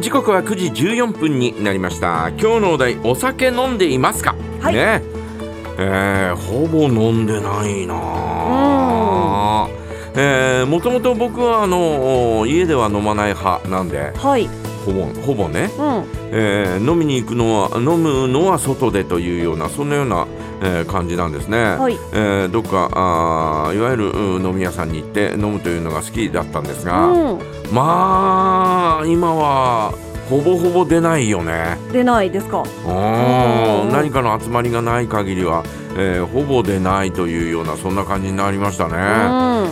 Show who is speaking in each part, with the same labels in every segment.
Speaker 1: 時刻は9時14分になりました今日のお題お酒飲んでいますか、
Speaker 2: はい
Speaker 1: ねえーほぼ飲んでないなえーもともと僕はあの家では飲まない派なんで
Speaker 2: はい。
Speaker 1: ほぼほぼね、
Speaker 2: う
Speaker 1: えー飲みに行くのは飲むのは外でというようなそんなような、えー感じなんですね、
Speaker 2: はい
Speaker 1: えーどっかあーいわゆるうん飲み屋さんに行って飲むというのが好きだったんですが、
Speaker 2: ん。う
Speaker 1: まあ今はほぼほぼ出ないよね
Speaker 2: ん。出ないですか。
Speaker 1: うー
Speaker 2: うんん
Speaker 1: 何かの集まりがない限りは、えーほぼ出ないというようなそんな感じになりましたね、
Speaker 2: うん。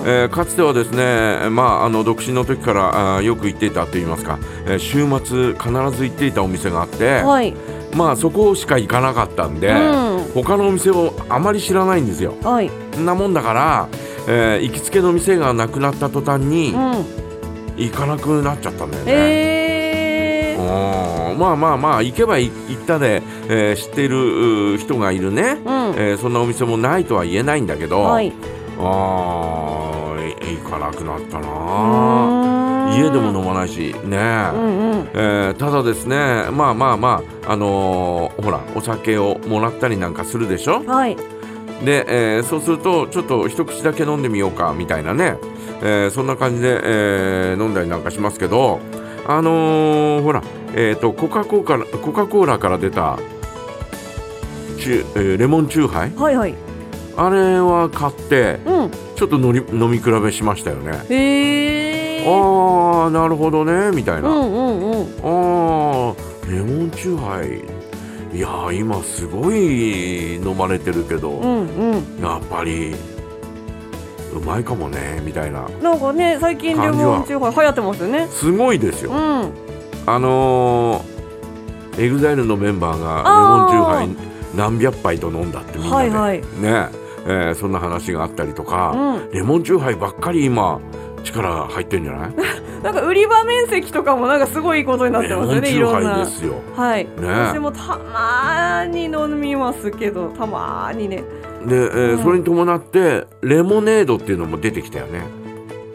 Speaker 1: えーかつてはですね、まあ、あの独身の時からあーよく行っていたといいますか、えー週末必ず行っていたお店があって、
Speaker 2: はい。
Speaker 1: まあ、そこしか行かなかったんで、
Speaker 2: うん
Speaker 1: 他のお店をあまり知らないんですよ。
Speaker 2: はい。
Speaker 1: そんなもんだから、えー行きつけの店がなくなった途端に
Speaker 2: うん。
Speaker 1: 行かなくなっちゃったんだよね。
Speaker 2: え
Speaker 1: う
Speaker 2: え。
Speaker 1: んまあまあまあ行けば行ったで、えー知っているう人がいるね、
Speaker 2: うん。
Speaker 1: えーそんなお店もないとは言えないんだけど、
Speaker 2: はい。
Speaker 1: あーい行かなくなったな家
Speaker 2: 家
Speaker 1: でも飲まないしね
Speaker 2: うんうん。
Speaker 1: えーただですねまあまあまああのーほらお酒をもらったりなんかするでしょ
Speaker 2: はい。
Speaker 1: で、えーそうするとちょっと一口だけ飲んでみようかみたいなね、えーそんな感じで、えー飲んだりなんかしますけどあのーほらえっ、とコカ・コーラコカ・コーラから出たチューえーレモンチューハイ
Speaker 2: はいはい。
Speaker 1: あれは買って
Speaker 2: うん。
Speaker 1: ちょっとのり飲み比べしましたよね
Speaker 2: ええ。
Speaker 1: ああなるほどねみたいうな、
Speaker 2: んうんうん。
Speaker 1: あーレモンチューハイいやー今すごい飲まれてるけ
Speaker 2: う
Speaker 1: ど、
Speaker 2: んうん。
Speaker 1: やっぱりうまいかもねみたいな
Speaker 2: なんかね、最近レモンチューハイ流行ってますよね。
Speaker 1: すごいですよ、
Speaker 2: うん。
Speaker 1: あのー、エグザイルのメンバー
Speaker 2: あー
Speaker 1: がレモンチューハイ何百杯と飲んだってみんなで、
Speaker 2: はいはい
Speaker 1: ねえーそんな話があったりとか、
Speaker 2: う
Speaker 1: レモンチューハイばっかり今力入ってんじゃない
Speaker 2: ん。なんか売り場面積とかもなんかすごいことになって
Speaker 1: レ
Speaker 2: ま
Speaker 1: モ
Speaker 2: すよ
Speaker 1: ンチ
Speaker 2: ね。
Speaker 1: ュ
Speaker 2: いろ
Speaker 1: ー
Speaker 2: ん
Speaker 1: ハイ
Speaker 2: な
Speaker 1: で。すよ
Speaker 2: はい。
Speaker 1: え
Speaker 2: 私もたまーに飲みますけど、たまーにね。
Speaker 1: で、えー
Speaker 2: うん
Speaker 1: それに伴ってレモネードっていうのも出てきたよね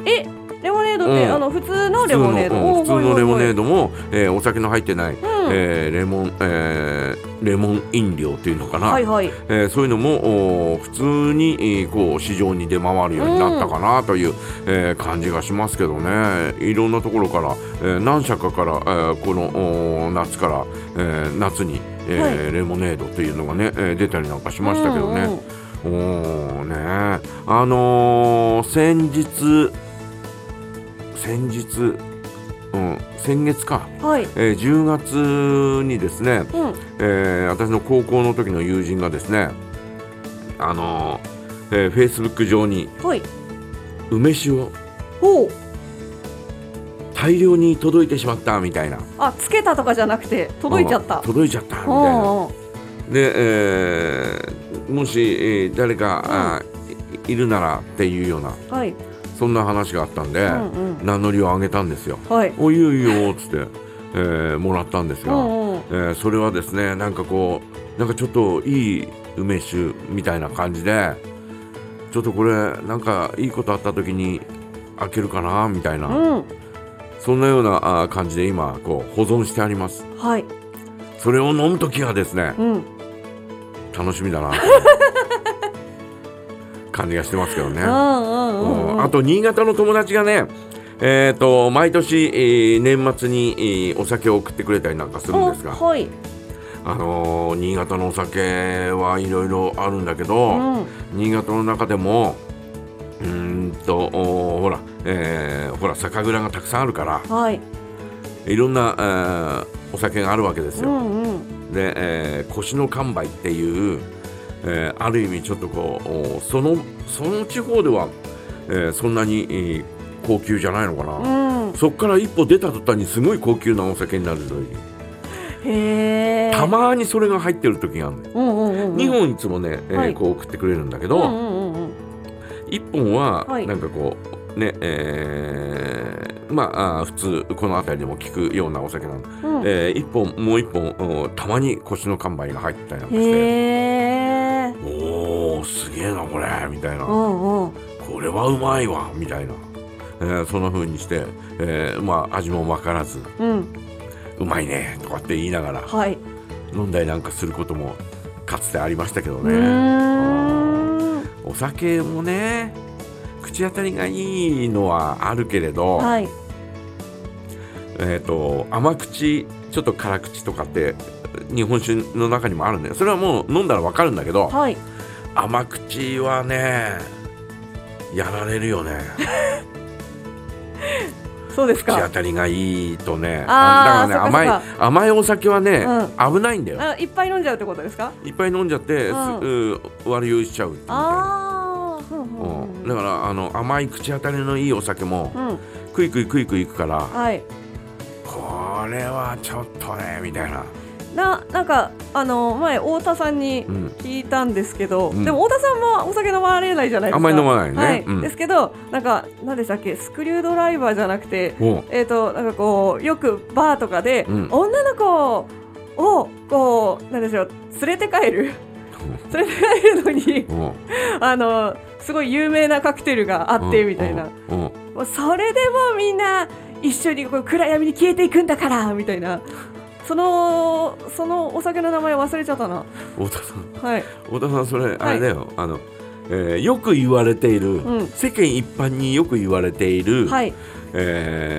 Speaker 2: えレモネードって、
Speaker 1: うん
Speaker 2: あの普通のレモネード
Speaker 1: 普通の,、うん、普通のレモネード
Speaker 2: ド
Speaker 1: も、えーお酒の入ってない、
Speaker 2: うん、
Speaker 1: えーレモン、えーレモン飲料っていうのかな、
Speaker 2: はいはい
Speaker 1: えーそういうのもおー普通に、えーこう市場に出回るようになったかなという、えー感じがしますけどねいろんなところから、えー何社かから、えーこのおー夏から、えー夏に、えー
Speaker 2: は
Speaker 1: レモネードっていうのがね、えー出たりなんかしましたけどね。
Speaker 2: うんうん
Speaker 1: おーねあのー先日先日、うん、先月か、
Speaker 2: はい
Speaker 1: えー10月にですね、
Speaker 2: うん
Speaker 1: えー私の高校の時の友人がですねあのーえー、Facebook 上に
Speaker 2: はい
Speaker 1: 梅酒を
Speaker 2: ほう
Speaker 1: 大量に届いてしまったみたいな
Speaker 2: あつけたとかじゃなくて届いちゃった
Speaker 1: うん届いちゃったみたいな
Speaker 2: うんうん
Speaker 1: で、えーもし、えー誰か、あーいいるならっていうような
Speaker 2: はい
Speaker 1: そんな話があったんで、
Speaker 2: うんうん
Speaker 1: 名乗りを上げたんですよ。
Speaker 2: はい
Speaker 1: おいいよいいよっつって、えーもらったんです
Speaker 2: う
Speaker 1: が、
Speaker 2: んうん
Speaker 1: えーそれはですねなんかこうなんかちょっといい梅酒みたいな感じでちょっとこれなんかいいことあった時に開けるかなみたいな、
Speaker 2: うん
Speaker 1: そんなようなあー感じで今こう保存してあります
Speaker 2: はい
Speaker 1: それを飲む時はですね
Speaker 2: うん
Speaker 1: 楽しみだ な感じがしてますけどね。
Speaker 2: うんうんうん
Speaker 1: あと新潟の友達がね、えー、と毎年、えー年末に、えーお酒を送ってくれたりなんかするんですが、
Speaker 2: おはい
Speaker 1: あのー新潟のお酒はいろいろあるんだけ
Speaker 2: う
Speaker 1: ど、
Speaker 2: ん
Speaker 1: 新潟の中でもうーんとおーほら、えーほら酒蔵がたくさんあるから
Speaker 2: はい
Speaker 1: いろんな、えーお酒があるわけです
Speaker 2: う
Speaker 1: よ。
Speaker 2: んうん
Speaker 1: で、えー腰の完売っていう、えーある意味ちょっとこうおそのその地方では、えーそんなに、えー高級じゃないのかな、
Speaker 2: うん
Speaker 1: そこから一歩出た途端にすごい高級なお酒になるという
Speaker 2: へえ
Speaker 1: たまにそれが入ってる時があるのよ
Speaker 2: うんうんうんうん
Speaker 1: 2本いつもね、えー
Speaker 2: はい
Speaker 1: こう送ってくれるんだけ
Speaker 2: う
Speaker 1: ど、
Speaker 2: んうんうんうん
Speaker 1: 1本は
Speaker 2: はい
Speaker 1: なんかこうねえーまああー普通この辺りでも聞くようなお酒なの、
Speaker 2: うん
Speaker 1: え1本もう1本おたまに腰の乾杯が入ってたりなんかして。
Speaker 2: へえ
Speaker 1: おーすげえなこれみたいな
Speaker 2: う
Speaker 1: こ
Speaker 2: んうん
Speaker 1: れはうまいわみたいな、えーそんな風にして、えーまあ味も分からず、
Speaker 2: うん
Speaker 1: うまいねとかって言いながら
Speaker 2: はい。
Speaker 1: 飲んだりなんかすることもかつてありましたけど
Speaker 2: う
Speaker 1: ね
Speaker 2: ーん
Speaker 1: お酒もね口当たりがいいのはあるけれど、
Speaker 2: はい。
Speaker 1: えー、と甘口ちょっと辛口とかって日本酒の中にもあるんだよそれはもう飲んだらわかるんだけど
Speaker 2: はい。
Speaker 1: 甘口はねやられるよね
Speaker 2: そうです
Speaker 1: 口当
Speaker 2: か。
Speaker 1: たりがいいとね
Speaker 2: あー
Speaker 1: だから
Speaker 2: そっ
Speaker 1: ね
Speaker 2: か
Speaker 1: 甘い甘いお酒はね、危ないんだよ
Speaker 2: あ、いっぱい飲んじゃうってことですか。
Speaker 1: いっぱい飲んじゃって、す
Speaker 2: うん
Speaker 1: う悪酔いしちゃうっていうね
Speaker 2: ああ。うんう
Speaker 1: うんん
Speaker 2: う
Speaker 1: だ
Speaker 2: ん
Speaker 1: からあの甘い口当たりのいいお酒も
Speaker 2: うん。
Speaker 1: クイクイクイクイいくから
Speaker 2: はい。
Speaker 1: これはちょっとねみたいな、
Speaker 2: な、なんか、あの、前太田さんに
Speaker 1: う。ん、
Speaker 2: 聞いたんですけど、
Speaker 1: うん
Speaker 2: でも太田さんもお酒飲まれないじゃないですか。
Speaker 1: あんまり飲まないね
Speaker 2: はい
Speaker 1: うん
Speaker 2: ですけど、なんか、なんでしたっけ、スクリュードライバーじゃなくて、
Speaker 1: おう
Speaker 2: えっ、と、なんかこう、よくバーとかで、
Speaker 1: うん
Speaker 2: 女の子を、こう、なんでしょう、連れて帰 る、連れて帰るのに、
Speaker 1: おう
Speaker 2: あの、すごい有名なカクテルがあって、みたいな。
Speaker 1: うんうん
Speaker 2: もうそれでもみんな、一緒にこう暗闇に消えていくんだから、みたいな。その、そのお酒の名前忘れちゃったな。
Speaker 1: うん太田さん
Speaker 2: はい。
Speaker 1: 太田さんそれあれだよ、あの、えーよく言われている、
Speaker 2: うん
Speaker 1: 世間一般によく言われている、
Speaker 2: はい。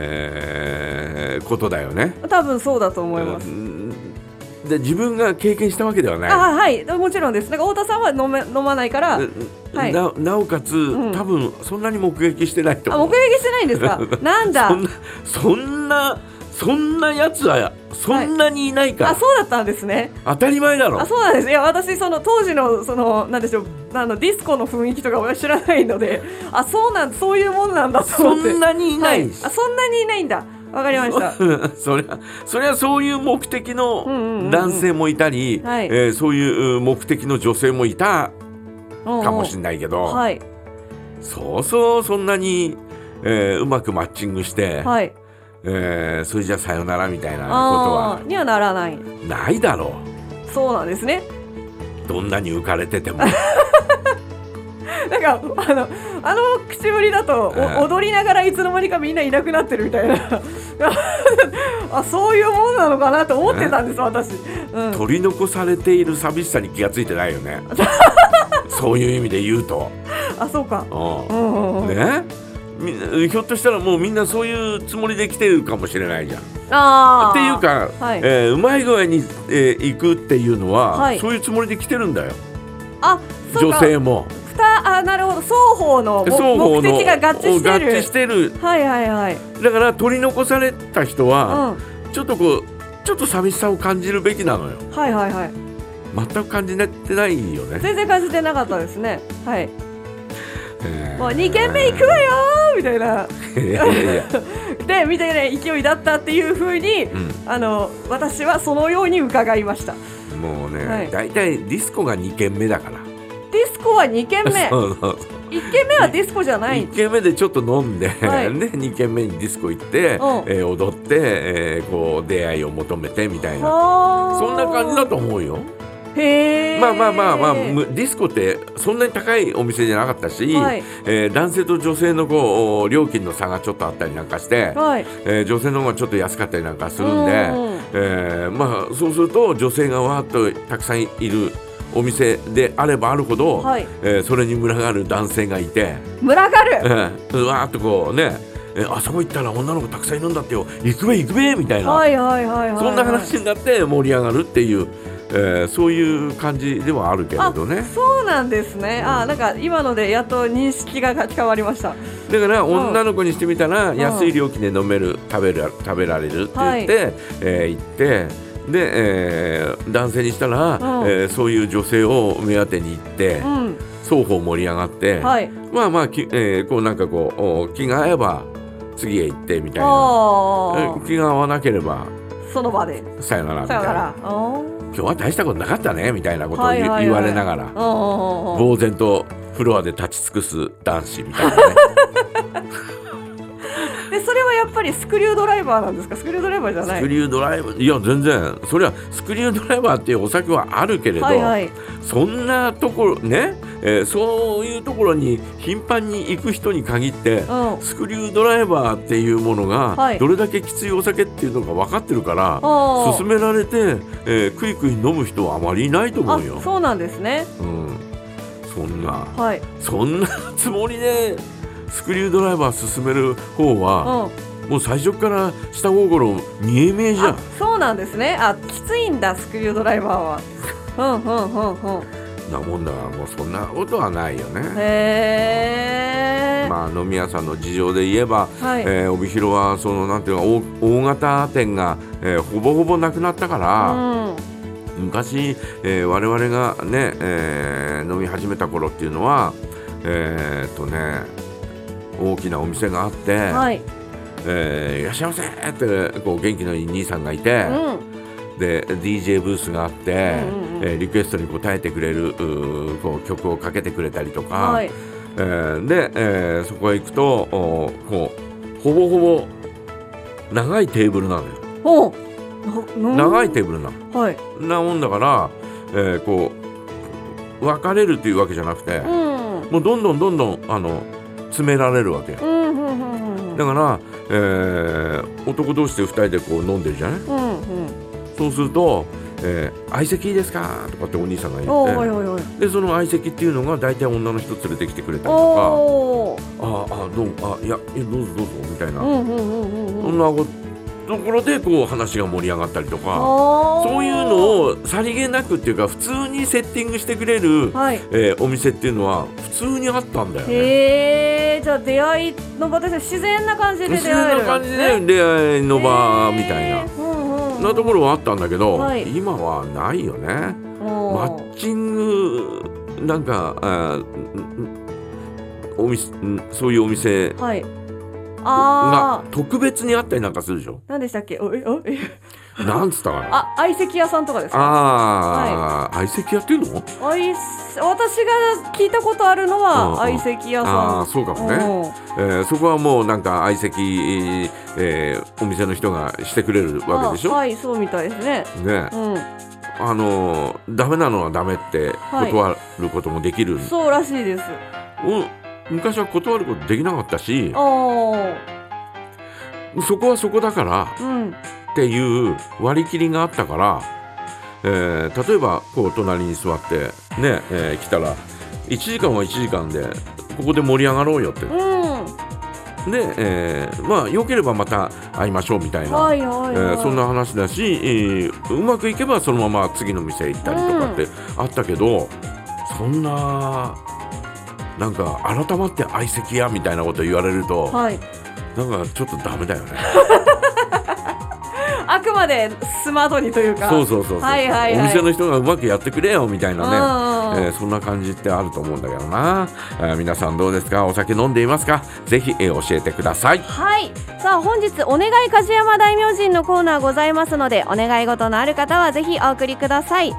Speaker 1: えーことだよね。
Speaker 2: 多分そうだと思います。
Speaker 1: うんで自分が経験したわけではない。
Speaker 2: あはい、もちろんです。なんか太田さんは飲め飲まないから、
Speaker 1: で
Speaker 2: はい
Speaker 1: ななおかつ、
Speaker 2: ん
Speaker 1: 多分そんなに目撃してないと
Speaker 2: あ
Speaker 1: 思
Speaker 2: 目
Speaker 1: う。
Speaker 2: 撃してないんですか。なんだ
Speaker 1: そん。なそんなそんなやつはそんなにいないから、
Speaker 2: あそうだったんですね。
Speaker 1: 当たり前だろ
Speaker 2: あ。そうなんです。いや私その当時のそのなんでしょうあのディスコの雰囲気とかは知らないので、あそうなんそういうもんなんだと
Speaker 1: そ
Speaker 2: 思って。
Speaker 1: んなにい な
Speaker 2: はいい。あそんなにいないんだ。わかりました。
Speaker 1: そりゃそりゃそういう目的
Speaker 2: うんうんうんう
Speaker 1: の
Speaker 2: ん
Speaker 1: 男性もいたり、
Speaker 2: はい
Speaker 1: えーそういうう目的の女性もいた かもしれ
Speaker 2: ない。
Speaker 1: ないけど、
Speaker 2: はい
Speaker 1: そうそうそんなに、えーうまくマッチングして、
Speaker 2: はい。
Speaker 1: えーそれじゃさよならみたいなこと
Speaker 2: ああ
Speaker 1: は
Speaker 2: にはならない。
Speaker 1: ないだろ
Speaker 2: そうなんですね。
Speaker 1: うどんなに浮かれてて も
Speaker 2: なんかあのあの口ぶりだと、お
Speaker 1: うん
Speaker 2: 踊りながらいつの間にかみんないなくなってるみたいな あそういうもんなのかなと思ってたんです私、うん、
Speaker 1: 取り残されている寂しさに気がついてないよ ねそういう意味で言うと。
Speaker 2: あそうか、
Speaker 1: うん
Speaker 2: うんうんうん
Speaker 1: ねみんなひょっとしたらもうみんなそういうつもりで来てるかもしれないじゃん。
Speaker 2: あー
Speaker 1: っていうか、
Speaker 2: はい
Speaker 1: えーうまい具合に、えー行くっていうのは、
Speaker 2: はい
Speaker 1: そういうつもりで来てるんだよ
Speaker 2: あそう
Speaker 1: 女
Speaker 2: か
Speaker 1: 性も
Speaker 2: ふたあなるほど双方の
Speaker 1: 双方の
Speaker 2: 目的が合致して
Speaker 1: 合致
Speaker 2: る
Speaker 1: してる
Speaker 2: はいはいはい、
Speaker 1: だから取り残された人は、
Speaker 2: う
Speaker 1: ちょっとこうちょっと寂しさを感じるべきなのよ
Speaker 2: ん、はいはいはい
Speaker 1: 全く感じてないよね、
Speaker 2: 全然感じてなかったですねはい
Speaker 1: えー
Speaker 2: もう2軒目行くわよーみたいない
Speaker 1: やいやいや、
Speaker 2: でみたいな勢いだったっていう風にあの私はそのように伺いました
Speaker 1: うん、もうね、
Speaker 2: はい
Speaker 1: だいたいディスコが2軒目だから
Speaker 2: ディスコは2軒 目
Speaker 1: そうそう
Speaker 2: 1軒目はディスコじゃない
Speaker 1: 1軒目でちょっと飲んで、
Speaker 2: はい
Speaker 1: で2軒目にディスコ行って、
Speaker 2: うん
Speaker 1: えー踊って、えーこう出会いを求めてみたいな
Speaker 2: はー
Speaker 1: そんな感じだと思うよ。
Speaker 2: へえ
Speaker 1: まあまあまあまあ、むディスコってそんなに高いお店じゃなかったし、
Speaker 2: はい
Speaker 1: えー男性と女性のこう料金の差がちょっとあったりなんかして、
Speaker 2: はい
Speaker 1: えー女性の方がちょっと安かったりなんかするん
Speaker 2: う
Speaker 1: で、
Speaker 2: んうん
Speaker 1: えーまあそうすると女性がわーっとたくさんいるお店であればあるほど、
Speaker 2: はい
Speaker 1: えーそれに群がる男性がいて、
Speaker 2: 群が
Speaker 1: え
Speaker 2: る
Speaker 1: ーわーっとこ うね、えーあそこ行ったら女の子たくさんいるんだってよ行くべ行くべみたいな、
Speaker 2: はいはいはいはい
Speaker 1: そんな話になって盛り上がるっていう、えーそういう感じではあるけれどね
Speaker 2: そうなんですねあーなんか今のでやっと認識が変わりました
Speaker 1: だから
Speaker 2: ん
Speaker 1: 女の子にしてみたら
Speaker 2: ん
Speaker 1: 安い料金で飲める食べる食べられるって言って、えー行って。で、えー男性にしたら、
Speaker 2: うん
Speaker 1: えーそういう女性を目当てに行って、
Speaker 2: うん
Speaker 1: 双方盛り上がって、
Speaker 2: はい
Speaker 1: まあまあき、えーこうなんかこうお気が合えば次へ行ってみたいな
Speaker 2: あ
Speaker 1: え気が合わなければ
Speaker 2: ーその場で
Speaker 1: さよならみ
Speaker 2: さ
Speaker 1: たい
Speaker 2: よ
Speaker 1: な
Speaker 2: ならあー
Speaker 1: 今日は大したことなかったねみたいなことを言,、
Speaker 2: はいはいはい
Speaker 1: 言われながら
Speaker 2: うんうんうんうん
Speaker 1: 呆 然とフロアで立ち尽くす男子みたいなね
Speaker 2: でそれはやっぱりスクリュードライバーなんですかスクリュードライバーじゃな
Speaker 1: ス
Speaker 2: い
Speaker 1: クリュードライバーいや全然それはスクリュードライバーっていうお酒はあるけれど、
Speaker 2: はいはい
Speaker 1: そんなところね、えーそういうところに頻繁に行く人に限って
Speaker 2: うん
Speaker 1: スクリュードライバーっていうもの
Speaker 2: は
Speaker 1: が
Speaker 2: い
Speaker 1: どれだけきついお酒っていうのが分かってるから、
Speaker 2: あー
Speaker 1: 勧められて、えー、クイクイ飲む人はあまりいないと思
Speaker 2: あ
Speaker 1: うよ。
Speaker 2: そうなんですね
Speaker 1: うん、そんな
Speaker 2: はい
Speaker 1: そんなつもりでスクリュードライバー勧める方
Speaker 2: うん
Speaker 1: は、
Speaker 2: あ
Speaker 1: もう最初から下心見え見えじゃん。
Speaker 2: そうなんですねあきついんだスクリュードライバーはうんうんうんうん
Speaker 1: なもんだからもうそんなことはないよね。
Speaker 2: へえ、
Speaker 1: まあ飲み屋さんの事情で言えば、
Speaker 2: はい、
Speaker 1: えー帯広はそのなんていうか大大型店が、えーほぼほぼなくなったから、
Speaker 2: うん
Speaker 1: 昔、えー我々がね、えー飲み始めた頃っていうのはえーっとね大きなお店があって「
Speaker 2: はい、
Speaker 1: えーいらっしゃいませ!」ってこう元気のいい兄さんがいて。
Speaker 2: うん、
Speaker 1: で DJ ブースがあって、
Speaker 2: うんうんうん
Speaker 1: えーリクエストに応えてくれるうーこう曲をかけてくれたりとか、
Speaker 2: はい、
Speaker 1: えーで、えーそこへ行くとおーこうほぼほぼ長いテーブルなのよ
Speaker 2: おう、なな
Speaker 1: 長いテーブルなの
Speaker 2: はい、
Speaker 1: なもんだから、えーこう分かれるというわけじゃなくて、
Speaker 2: うん、
Speaker 1: もうどんどんどんどんあの詰められるわけよ
Speaker 2: うん、うん、うん、うん、
Speaker 1: だから、えー男同士で2人でこう飲んでるじゃない
Speaker 2: うん、うん、
Speaker 1: そうすると「えー相席いいですか?」とかってお兄さんが
Speaker 2: お
Speaker 1: 言
Speaker 2: ー
Speaker 1: っ
Speaker 2: お
Speaker 1: て
Speaker 2: いおいおい、
Speaker 1: でその相席っていうのが大体女の人連れてきてくれたりと
Speaker 2: おお、
Speaker 1: か「あああどうもあいやいやどうぞどうぞ」みたいな、
Speaker 2: うん、うん、うん、うん、
Speaker 1: そ
Speaker 2: うん
Speaker 1: ん、なこところでこう話が盛り上がったりとか
Speaker 2: そ
Speaker 1: そういうの、をさりげなくっていうか普通にセッティングしてくれる、
Speaker 2: はい、
Speaker 1: えーお店っていうのは普通にあったんだよね。
Speaker 2: へえ、じゃあ出会いの場ですね自然な感じで出
Speaker 1: 自
Speaker 2: 会え
Speaker 1: 然
Speaker 2: る
Speaker 1: な感じで出会いの場みたいな
Speaker 2: へ。ーうん、うん、
Speaker 1: なところはあったんだけど、
Speaker 2: はい
Speaker 1: 今はないよね。マ
Speaker 2: お
Speaker 1: ッチングなんかあーんんお店んそういうお店
Speaker 2: ーはい、
Speaker 1: が
Speaker 2: ああ、
Speaker 1: 特別にあったりなんかするでし ょ。
Speaker 2: なんでしたっけ、おえ、おえ、
Speaker 1: なんつったかな。
Speaker 2: あ、相席屋さんとかですか。
Speaker 1: ああー、相席やってるの？
Speaker 2: アイス私が聞いたことあるのは
Speaker 1: うんうん
Speaker 2: 相席屋
Speaker 1: あ
Speaker 2: さ
Speaker 1: あ、
Speaker 2: ん。
Speaker 1: そうかもね。えーそこはもうなんか相席、えーお店の人がしてくれる
Speaker 2: うん
Speaker 1: わけでし
Speaker 2: あ
Speaker 1: ょ。
Speaker 2: はい、そうみたいですね。
Speaker 1: ね、
Speaker 2: う
Speaker 1: あのーダメなのはダメって
Speaker 2: はい
Speaker 1: 断ることもできる。
Speaker 2: ん、そうらしいです。
Speaker 1: うん昔は断ることできなかったし
Speaker 2: あ、あ、
Speaker 1: そこはそこだから。
Speaker 2: うん、
Speaker 1: っていう割り切りがあったから、えー例えばこう隣に座ってね、えー来たら1時間は1時間でここで盛り上がろうよってで、
Speaker 2: うん、
Speaker 1: えーまあ良ければまた会いましょうみたいな、
Speaker 2: はいは
Speaker 1: え
Speaker 2: いはい。
Speaker 1: ーそんな話だし、えーうまくいけばそのまま次の店行ったりとかってあったけど、そんな。なんか改まって相席やみたいなこと言われると
Speaker 2: はい、
Speaker 1: なんかちょっとダメだよね。
Speaker 2: あくまでスマートにというか。
Speaker 1: そう
Speaker 2: そ
Speaker 1: そうそうそう、
Speaker 2: はいはい
Speaker 1: お
Speaker 2: はい
Speaker 1: 店の人がうまくやってくれよみたいなね、
Speaker 2: うんうんうん
Speaker 1: えーそんな感じってあると思うんだけどな、えー皆さんどうですかお酒飲んでいますかぜひ、えー教えてください
Speaker 3: はいさあ本日お願い梶山大明神のコーナーございますのでお願い事のある方はぜひお送りください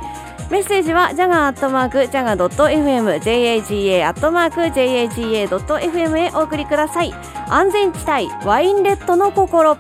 Speaker 3: メッセージはジャガーアットマークジャガドット FM JAGA アットマーク JAGA ドット FM へお送りください安全地帯ワインレッドの心